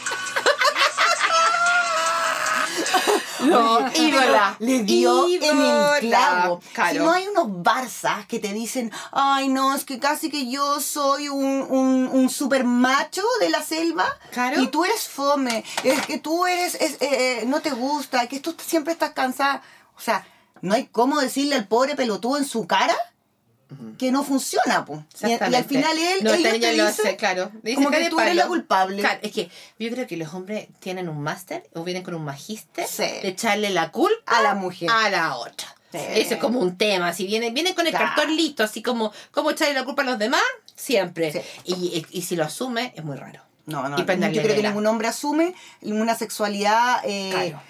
No, ídola. Le dio Ídola. en el clavo. Si Claro. no hay unos barzas que te dicen, ay no, es que casi que yo soy un, un, un super macho de la selva Claro. y tú eres fome, es que tú eres, es, eh, eh, no te gusta, que tú siempre estás cansada. O sea, no hay cómo decirle al pobre pelotudo en su cara que no funciona, pues. Y, y al Exactamente. final él, No, él esta niña lo dice, hace, claro. Le dice como que cara de tú eres palo. la culpable. Claro, es que yo creo que los hombres tienen un máster o vienen con un magíster Sí. de echarle la culpa a la mujer. a la otra. Sí. Eso es como un tema. Si vienen, vienen con el Claro. cartón listo, así como, ¿cómo echarle la culpa a los demás? Siempre. Sí. Y, y, y si lo asume, es muy raro. No, no, Y prenderle yo creo que vela. ningún hombre asume una sexualidad, eh, Claro.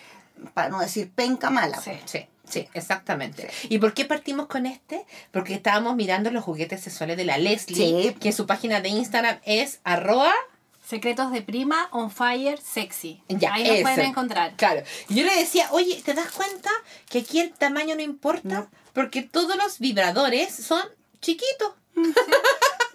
para no decir penca mala. Sí. Sí, sí, exactamente. ¿Y por qué partimos con este? Porque estábamos mirando los juguetes sexuales de la Leslie, Sí. que su página de Instagram es arroba. Secretos de Prima on Fire Sexy. Ya, Ahí nos ese. pueden encontrar. Claro. Y Yo le decía, oye, ¿te das cuenta que aquí el tamaño no importa? Porque todos los vibradores son chiquitos.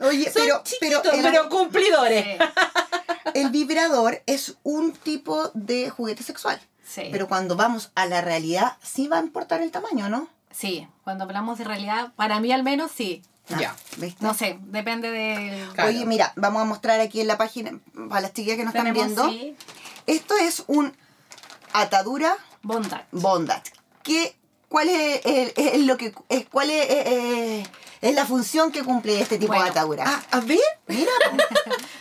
Oye, Son pero, chiquitos, pero pero, el, cumplidores. Sí, el vibrador es un tipo de juguete sexual. sí. Pero cuando vamos a la realidad, sí va a importar el tamaño, ¿no? Sí, cuando hablamos de realidad, para mí al menos sí. Ya. Ah, ¿Viste? No sé, depende de... Claro. Oye, mira, vamos a mostrar aquí en la página, para las chicas que nos están viendo. sí, Esto es un atadura bondad. bondage. ¿Qué, ¿Cuál es, el- el- lo que, es, cuál es, eh, eh, es la función que cumple este tipo de Bueno, atadura? Ah, a ver. Mira,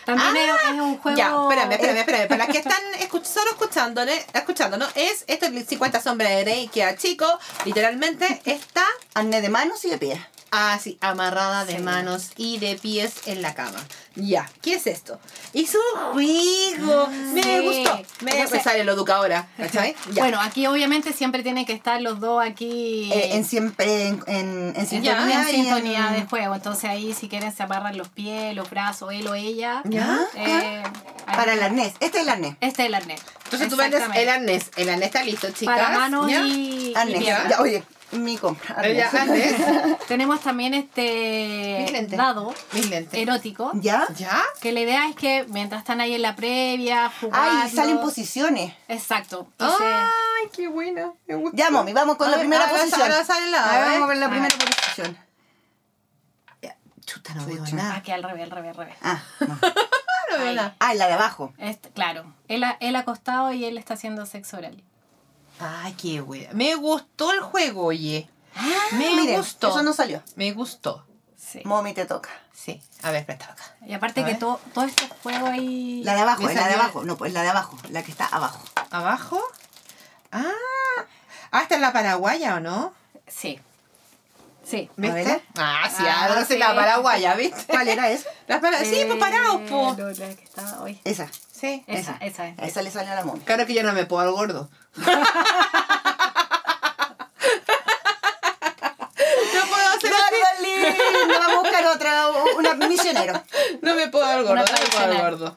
También Ah, es, es un juego... Ya, espérame, espérame, espérame. Para las que están escuch- solo escuchándole, escuchándonos, es este es 50 sombras de Grey que a chico, literalmente, está Arne de manos y de pies. así, amarrada de manos y de pies en la cama. Ya, Ah, ¿qué es esto? Es un juego. me sí. gustó. Me Entonces- sale lo educadora. ¿Cachai? Ya. Bueno, aquí obviamente siempre tienen que estar los dos aquí... Eh, en siempre en, en, en sintonía. en y en- sintonía de juego. Entonces ahí si quieren se amarran los pies, los brazos, él o ella. Ya. Eh, ahí- Para el arnés. Este es el arnés. Este es el arnés. entonces tú vendes el arnés. El arnés está listo, chicas. Para manos ¿ya? y, y Arnés. piernas. Ya, oye, mi compra. Eh, ya, Andes, Tenemos también Mis este lentes. dado mis lentes. erótico. ¿Ya? ¿Ya? Que la idea es que mientras están ahí en la previa, jugando. Ay, salen Ah. posiciones. Exacto. Entonces, Ay, qué buena. Me gusta. Ya, mami, vamos con A la ver, primera ahora sa- posición. ahora sale la- Ah. A ver, a ver. vamos a ver la A primera posición. Chuta, no veo Chucha. nada. aquí al revés, al revés, al revés. Ah, no. No veo Ahí. nada. ah, la de abajo. Est- claro, él, a- él acostado y él está haciendo sexo oral. Ay, qué buena. Me gustó el juego, oye. Me Miren, gustó. Eso no salió. Me gustó. Sí. Mami, te toca. Sí. A ver, presta acá. Y aparte A que ver. todo, todo este juego ahí. La de abajo, Me es la de salió- abajo. No, pues la de abajo, la que está abajo. ¿Abajo? Ah. Ah, esta es la paraguaya, ¿o no? Sí. Sí. ¿Viste? ver. Ah, sí, Ah, ahora sí, la sí. paraguaya, ¿viste? ¿Cuál era esa? La para- Sí, pues parado, po. Eh, Lola, que está hoy. Esa. Sí. Esa, esa es. A esa le salió a la mami. Claro que yo no me puedo al gordo. no puedo hacer así. Nos vamos a buscar otra, una misionero. No me puedo al gordo, Una no me puedo al tradicional. gordo.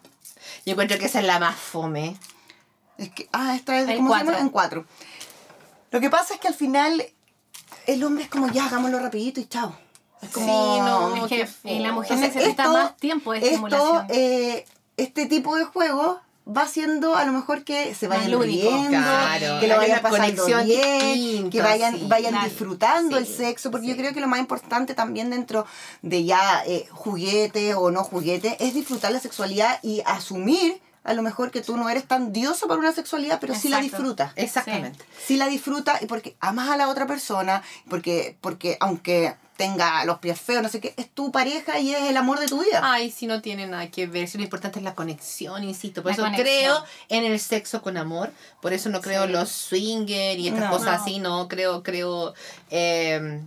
Yo encuentro que esa es la más fome. Es que, ah, esta es En ¿cómo se llama? cuatro. en cuatro. Lo que pasa es que al final el hombre es como ya, hagámoslo rapidito y chao. Es como, Sí, no, Es qué que feo. la mujer Entonces, necesita esto- más tiempo de esto, estimulación. eh, este tipo de juegos va siendo a lo mejor que se Más vayan lúdico. riendo, Claro, que lo hay vayan una pasando conexión bien, que distinta, vayan, sí, vayan claro. disfrutando el Sí, sexo, porque yo sí. creo que lo más importante también dentro de ya eh, juguete o no juguete es disfrutar la sexualidad y asumir a lo mejor que tú no eres tan dioso para una sexualidad, pero sí la Exacto. disfrutas Exactamente. si la disfruta y porque amas a la otra persona, porque, porque aunque tenga los pies feos, no sé qué, es tu pareja y es el amor de tu Ah, vida. Ay, sí, no tiene nada que ver. Sí, lo importante es la conexión, insisto. Por La eso conexión. creo en el sexo con amor. Por eso no creo Sí. los swinger y estas No. cosas No. así. No creo, creo. eh,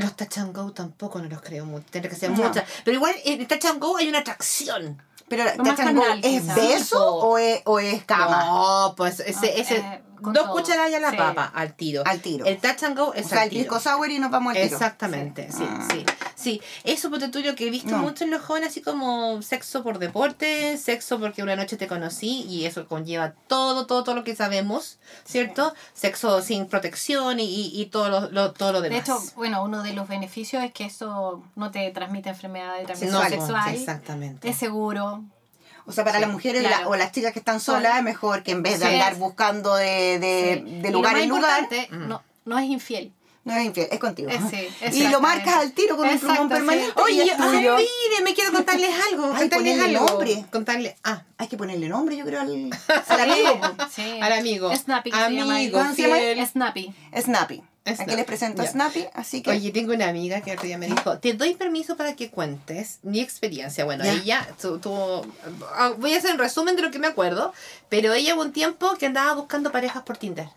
los touch and go tampoco no los creo mucho. Tendría que ser No. muchas. Pero igual en el touch and go hay una atracción. Pero Lo más Touch and Go, carnal, ¿es quizás. beso Sí, po. o es, o es cama? No, pues ese. ese eh, con dos todo. cucharadas a la Sí. papa al tiro. Al tiro. El touch and go es o sea, al el tiro. pisco sour y nos vamos al tiro. Exactamente, sí, Ah. sí. Sí, eso por tuyo que he visto No. mucho en los jóvenes, así como sexo por deporte, sexo porque una noche te conocí y eso conlleva todo, todo, todo lo que sabemos, ¿cierto? Sexo sin protección y, y, y todo, lo, lo- todo lo de demás. hecho, bueno, uno de los beneficios es que esto no te transmite enfermedad de transmisión no, sexual. pues, exactamente. Es seguro. O sea, para Sí, las mujeres claro. la- o las chicas que están solas, es mejor que en vez de Sí. andar buscando de, Eh, de, Sí. de Y lo lugar más en lugar, importante, Mm. No, no es infiel. no es infiel, es contigo. Eh, sí, y exactamente. lo marcas al tiro con Exacto, un plumón sí. permanente. y Oye, es tuyo. ay, mire, me quiero contarles algo. Ay, contarles ponerle algo. nombre. Contarle. Ah, Hay que ponerle nombre, yo creo, al, al amigo. po. Sí. al amigo. Snappy. que se llama él. Amigo, ¿Cómo se llama? fiel. Snappy. Snappy. Snappy, Aquí les presento ya. a Snappy, así que. Oye, tengo una amiga que otro día me dijo, te doy permiso para que cuentes mi experiencia. Bueno, Ya. ella tu- tuvo- ah, Voy a hacer un resumen de lo que me acuerdo, pero ella hubo un tiempo que andaba buscando parejas por Tinder.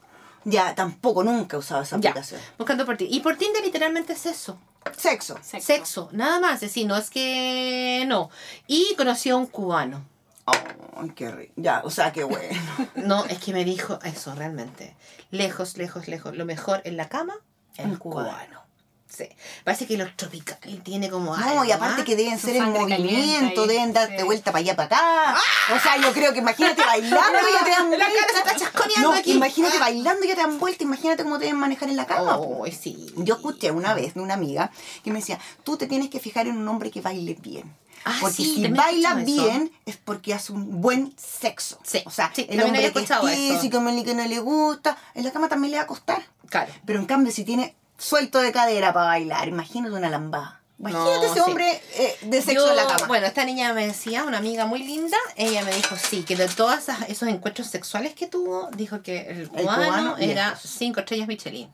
Ya, tampoco, nunca he usado esa Ya, aplicación. buscando por Tinder. Y por Tinder literalmente es eso, Sexo. Sexo. sexo, nada más. Es decir, no es que no. Y conocí a un cubano. Ay, qué rico. Ya, o sea, qué bueno. No, es que me dijo eso realmente. Lejos, lejos, lejos. Lo mejor en la cama, el El cubano. cubano. Sí. Parece que los tropicales tiene como No, y algo aparte más. que deben Su ser en sangre movimiento, caliente ahí. deben darte Sí. vuelta para allá, para acá. O sea, yo creo que imagínate bailando y ya te dan La ¡Ah! cara vuelta. se está chasconeando No, aquí. Ah. imagínate bailando y ya te dan vuelta, imagínate cómo te deben manejar en la cama. po. Oh, sí. Yo escuché una vez de una amiga que me decía, tú te tienes que fijar en un hombre que baile bien. Ah, Porque sí, si también baila he escuchado eso. bien es porque hace un buen sexo. Sí, o sea, sí, el también hombre había que es escuchado eso. tísico, el que no le gusta, en la cama también le va a costar. Claro. Pero en cambio, si tiene suelto de cadera para bailar, imagínate una lambada. Imagínate No, ese sí. hombre eh, de sexo en la Yo- cama. Bueno, esta niña me decía, una amiga muy linda, ella me dijo sí, que de todos esos encuentros sexuales que tuvo, dijo que el cubano, cubano, era lejos. cinco estrellas Michelin,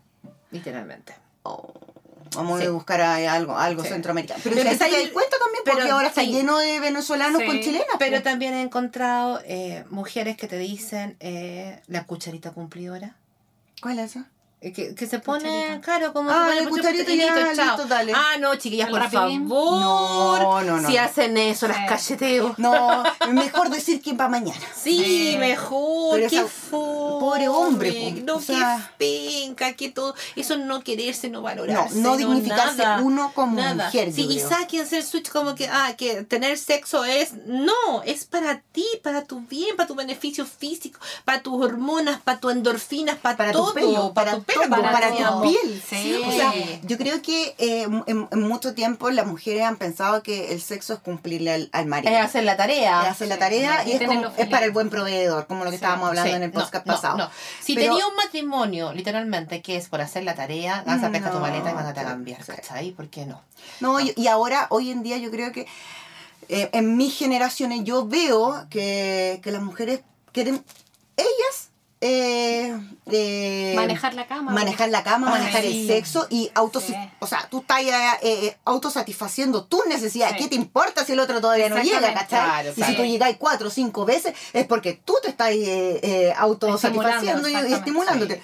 literalmente. Vamos sí. a buscar a- algo, algo Sí. centroamericano. Pero, Pero si que te está das ahí- cuenta también, porque pero ahora está sí. lleno de venezolanos Sí, con chilenas. Pero po. también he encontrado eh, mujeres que te dicen eh, la cucharita cumplidora. ¿Cuál es eso? eh, Que, que se pone, Cucharita. claro, como Ah, se la pone mucho cucharita ya, cucharito, chao. listo, dale. Ah, no, chiquillas, El por rapidín. favor. No, no, no, Si no. hacen eso, las Sí. cacheteo. No, mejor decir quién va mañana. Sí, Sí. mejor. Pero qué esa- fome. pobre hombre. Sí, po. no, O sea, que penca, que todo. Eso no quererse, no valorarse. No, no dignificarse uno como mujer, yo Sí, y creo. sáquense el switch como que, ah, que tener sexo es. No, es para ti, para tu bien, para tu beneficio físico, para tus hormonas, para tus endorfinas, para, para todo. tu pelo, para, tu pelo, todo, para todo. tu piel. Sí. O sea, yo creo que eh, en, en mucho tiempo las mujeres han pensado que el sexo es cumplirle al, al marido. Es hacer la tarea. hacer la tarea Sí, y es, tenerlo como- es feliz. para el buen proveedor, como lo que estábamos hablando Sí, en el no, podcast no, pasado. no. Si Pero- tenía un matrimonio, literalmente, que es por hacer la tarea, vas a pescar tu No, maleta y mandate a sí, cambiar, sí. ¿cachai? ¿Por qué no? Ah. No, y, y ahora, hoy en día, yo creo que eh, en mis generaciones yo veo que, que las mujeres quieren, ellas, eh, eh, Manejar la cama. Manejar la cama, Ay, manejar sí. el sexo y auto, Sí. o sea, tú estás ya, eh, eh, autosatisfaciendo tus necesidades. Sí. ¿Qué te importa si el otro todavía no llega, Exactamente. cachai? Claro, y claro. si tú llegáis cuatro o cinco veces es porque tú te estás eh, eh, autosatisfaciendo Estimulando, y- y, exactamente. estimulándote.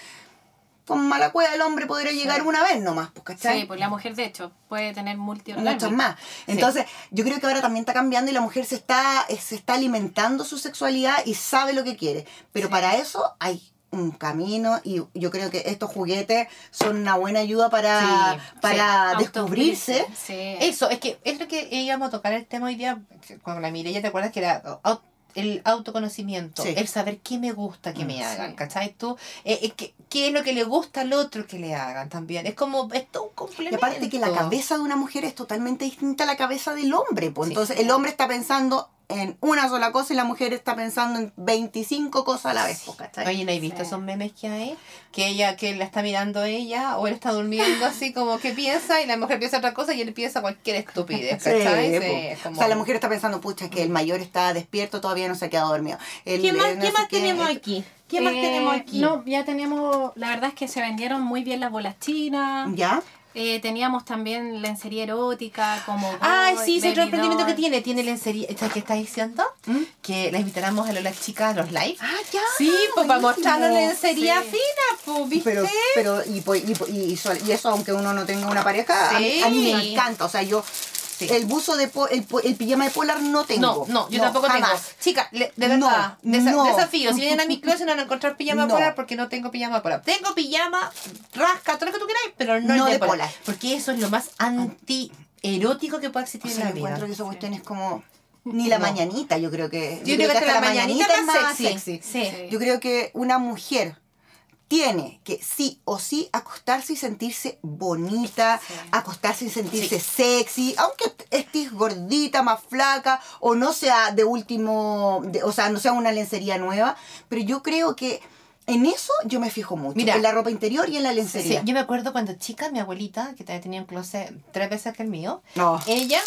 Con mala cueva el hombre podría llegar una vez nomás, pues, ¿cachai? Sí, pues la mujer de hecho puede tener multi muchas más. Entonces, yo creo que ahora también está cambiando y la mujer se está, eh, se está alimentando su sexualidad y sabe lo que quiere. Pero para eso hay un camino y yo creo que estos juguetes son una buena ayuda para, Sí, para Autocrítica, descubrirse. Sí. Eso, es que es lo que íbamos a tocar el tema hoy día con la Mireya, ¿te acuerdas que era au- el autoconocimiento, Sí. el saber qué me gusta que me Mm, hagan, sí. ¿cachai? Tú, eh, eh, qué, qué es lo que le gusta al otro que le hagan también. Es como, es todo un Y complemento. aparte que la cabeza de una mujer es totalmente distinta a la cabeza del hombre. pues. Sí. Entonces, el hombre está pensando en una sola cosa y la mujer está pensando en 25 cosas a la vez. pues, ¿cachai? Oye, ¿no has visto Sí. esos memes que hay? Que ella, que la está mirando ella, o él está durmiendo así como que piensa, y la mujer piensa otra cosa, y él piensa cualquier estupidez, Sí, ¿cachai? Sí, po. es como- Pues, Mm. O sea, la mujer está pensando, pucha, que el mayor está despierto, todavía no se ha quedado dormido. El- ¿Qué más, eh, no qué sé más qué, tenemos esto- aquí? ¿Qué más Eh, tenemos aquí? No, ya teníamos, la verdad es que se vendieron muy bien las bolas chinas. ¿Ya? Eh, teníamos también lencería erótica, como. Ay, Goy, sí, ese otro Baby emprendimiento que Doll. tiene. Tiene lencería. ¿Sabes qué estás diciendo? ¿Mm? Que la invitáramos a las chicas a los live. Ah, ya. sí, pues para buenísimo. mostrarnos lencería Sí. fina, pues, ¿viste? Pero, pero y, po- y, po- y sol- y eso aunque uno no tenga una pareja, a, mí, a mí me Sí. encanta. O sea, yo el buzo de po- el, po- el pijama de polar no tengo. no, no, yo tampoco jamás. tengo. Chica, le- de No, verdad, desa- no. desafío. Si vienen a mi closet no van a encontrar pijama No. polar porque no tengo pijama polar. Tengo pijama, rasca, todo lo que tú queráis, pero no, No el de de polar. polar. Porque eso es lo más antierótico que puede existir O sea, en yo la encuentro vida. que esa cuestión es como ni la No. mañanita, yo creo que. Yo creo que hasta la mañanita es más sexy. Sí. Sí. Yo creo que una mujer tiene que sí o sí acostarse y sentirse bonita, acostarse y sentirse sexy, aunque estés gordita, más flaca o no sea de último, de- o sea, no sea una lencería nueva, pero yo creo que en eso yo me fijo mucho, Mira. en la ropa interior y en la lencería. Sí, yo me acuerdo cuando chica, mi abuelita, que tenía un closet tres veces que el mío, No. ella,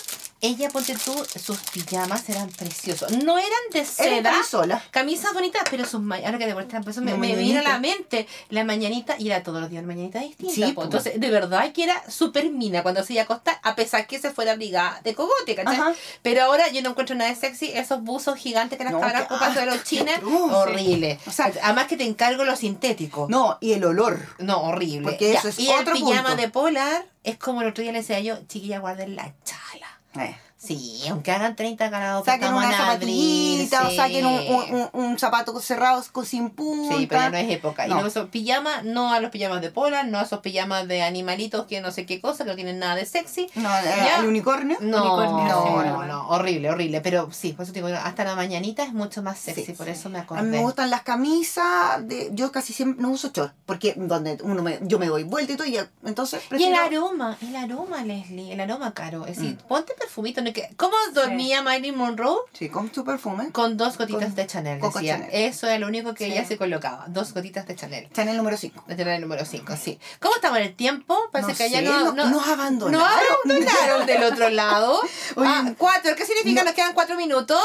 ella, ponte tú, sus pijamas eran preciosos. No eran de Era seda. sola. Camisas bonitas, pero sus ma- ahora que te muestran eso me, La me vino a la mañanita. mente la mañanita y era todos los días la mañanita distinta. Sí, po. po. Entonces, de verdad que era súper mina cuando se iba a acostar, a pesar que se fuera abrigada de cogote, ¿cachai? Ajá. Pero ahora yo no encuentro nada de sexy, esos buzos gigantes que las No, cabras qué ocupan de los asco, chinas, qué atroz. horrible. O sea- además que te encargo lo sintético. No, y el olor. No, horrible. Porque Ya, eso es y otro el pijama punto. de polar es como el otro día le decía yo, chiquilla, guarden la chala. Eh. Sí, aunque hagan 30 grados, pues Saquen estamos una en abril, zapatillita o sí. saquen un, un- un- un zapato cerrado con- sin punta. Sí, pero ya no es época. Y No. luego esos pijamas, no a los pijamas de polar, no a esos pijamas de animalitos que no sé qué cosa, que no eh, tienen nada de sexy. No, Ya. el unicornio. No, Unicornio, no, sí, no, no. no, horrible, horrible. Pero sí, por eso te digo, hasta la mañanita es mucho más sexy, Sí, por eso me acordé. A mí me gustan las camisas, de, yo casi siempre no uso short, porque donde uno me, yo me doy vuelta y todo, y ya- entonces Y el prefiero- aroma, el aroma, Leslie, el aroma caro. Es decir, ponte perfumito. ¿no? que- ¿Cómo dormía Marilyn Monroe? Sí, con tu perfume. Con dos gotitas Con de Chanel, Coco decía. Chanel. Eso era lo único que Sí. ella se colocaba. Dos gotitas de Chanel. Está en el número 5. De Chanel número 5, sí. ¿Cómo estamos en el tiempo? Parece No que allá sé, no, no- no- nos abandonaron. Nos abandonaron del otro lado. Oye, Ah, cuatro. ¿Qué significa? no. Nos quedan cuatro minutos.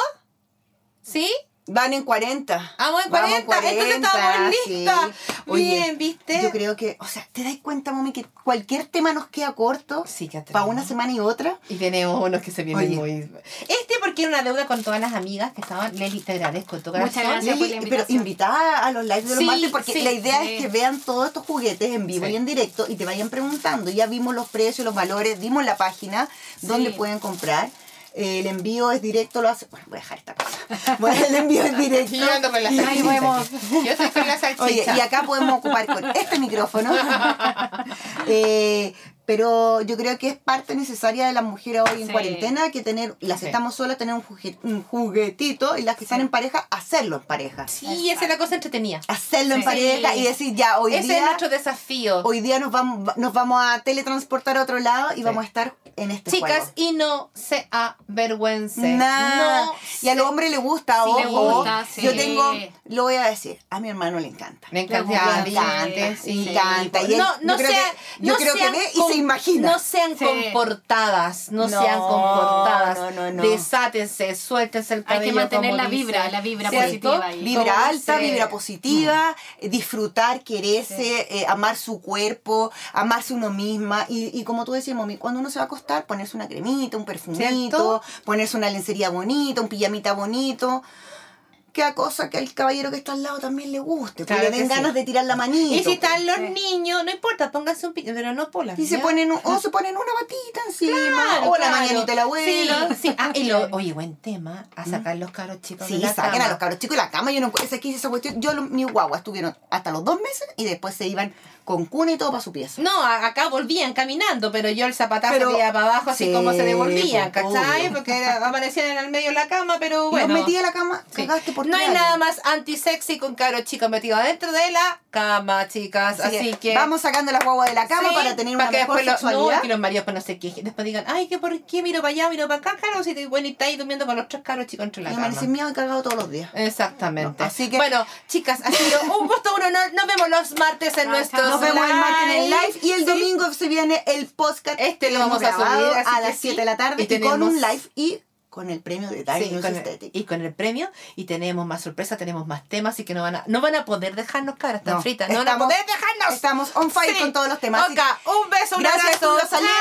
¿Sí? Van en 40. Vamos en 40. Entonces estamos listas. Bien, ¿viste? Yo creo que, o sea, ¿te das cuenta, mami, que cualquier tema nos queda corto? Sí, que Para una semana y otra. Y tenemos unos que se vienen Oye. muy. Este porque era una deuda con todas las amigas que estaban. Leli, te agradezco. Tu Muchas corazón. gracias. por la Lili, pero invitación. invitada a los lives de los Sí, martes porque sí, la idea sí. es que vean todos estos juguetes en vivo Sí. y en directo y te vayan preguntando. Ya vimos los precios, los valores, dimos la página donde Sí. pueden comprar. eh, el envío es directo, lo hace. Bueno, voy a dejar esta cosa. Bueno, el envío es directo. Yo ando con la Y- Ahí salchicha. vemos. Yo soy con la salchicha. Oye, y acá podemos ocupar con este micrófono. Eh, pero yo creo que es parte necesaria de las mujeres hoy en Sí. cuarentena que tener, las Sí. que estamos solas, tener un, jugue- un juguetito y las que están en pareja, hacerlo en pareja. Sí, esa es la cosa entretenida. Hacerlo en Sí. pareja y decir ya, hoy Ese es día, nuestro desafío. hoy día nos, vamos, nos vamos a teletransportar a otro lado y vamos a estar en este Chicas, juego. y no se avergüencen. Nah. No y al se- hombre le gusta, Sí, ojo. le gusta, sí. Yo tengo, lo voy a decir, a mi hermano le encanta. Me encanta, Le ya, gusta, viste, sí, sí. sí. encanta. Y él- No, no yo creo sean- que, yo no creo que sean ve y com- se imagina. No sean Sí. comportadas, no, No, sean comportadas. no, no, no. Desátense, suéltense el Hay cabello. que mantener como la dice. vibra, la vibra ¿Cierto? positiva ahí. Como Vibra dice- alta, mm. vibra positiva, eh, disfrutar, quererse, eh, amar su cuerpo, amarse uno misma. Y, y como tú decías, mami, cuando uno se va a acostar, ponerse una cremita, un perfumito, ¿Cierto? ponerse una lencería bonita, un pijamita bonito. Queda cosa que al caballero que está al lado también le guste, Claro que le den que sí. ganas de tirar la manita. Y si están los Sí. niños, no importa, pónganse un pico, pero no polas. Y se ¿ya? ponen, un- o se ponen una batita encima, Claro, o la claro. mañanita la Sí, abuela. lo- sí. Ah, y lo- oye, buen tema, a sacar los caros chicos Sí, de la saquen cama. a los cabros chicos de la cama. Yo no encuentro- es que esa cuestión. Yo, lo- mis guaguas estuvieron hasta los dos meses y después se iban con cuna y todo para su pieza. No, a- acá volvían caminando, pero yo el zapatazo Pero- que iba para abajo, así Sí, como se devolvían, pues, ¿cachai? obvio. Porque era- aparecían en el medio de la cama, pero Bueno, bueno. los metí a la cama, Sí. cagaste por no hay tres nada años. más antisexy con caro chico metido adentro de la cama, chicas. Así, que. vamos sacando las guaguas de la cama sí, para tener una que mejor después los- sexualidad. no, que los maridos pues, no se quejen. Después digan, ay, que por qué miro para allá, miro para acá, claro. Si te, bueno, y está ahí durmiendo con los tres caros chicos entre la y cama. amanecí miedo y cargado todos los días. Exactamente. No, así que- Bueno, chicas, ha sido un gusto, un honor. Nos vemos los martes en Chao, nuestros chao. Nos vemos el martes en el lives. live y el Sí. domingo se viene el podcast. Este que lo vamos hemos a subir, grabado así a que las sí. 7 de la tarde Y y, con tenemos- un live y con el premio de Dark Sí, News con el- Aesthetic. y con el premio y tenemos más sorpresas, tenemos más temas, así que no van a, no van a poder dejarnos caras tan No, fritas, no van a estamos- poder dejarnos. Estamos on fire Sí. con todos los temas. así que- Oka, un beso, un Gracias, abrazo. Estudio Salea.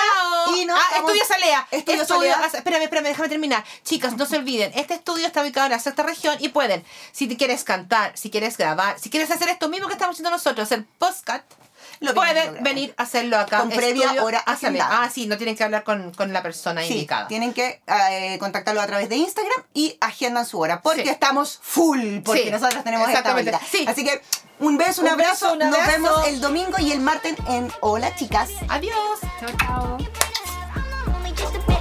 Chao. Y nos ah, estamos- Estudio Salea. Estudio Estudio- Salea. ah, Espérame, espérame, déjame terminar. Chicas, no se olviden, este estudio está ubicado en la sexta región y pueden, si te quieres cantar, si quieres grabar, si quieres hacer esto mismo que estamos haciendo nosotros, el podcast, Lo mismo pueden que venir a hacerlo acá. Con previa Estudio hora Salea. agendada. Ah, sí, no tienen que hablar con, con la persona Sí, indicada. tienen que eh, contactarlo a través de Instagram y agendan su hora, porque Sí. estamos full, porque Sí, nosotros tenemos esta exactamente. vida. Sí. Así que un beso, un, Un abrazo, beso, un abrazo. nos vemos el domingo y el martes en Hola Chicas. Adiós. Chao, chao. I'm not lonely, just a bit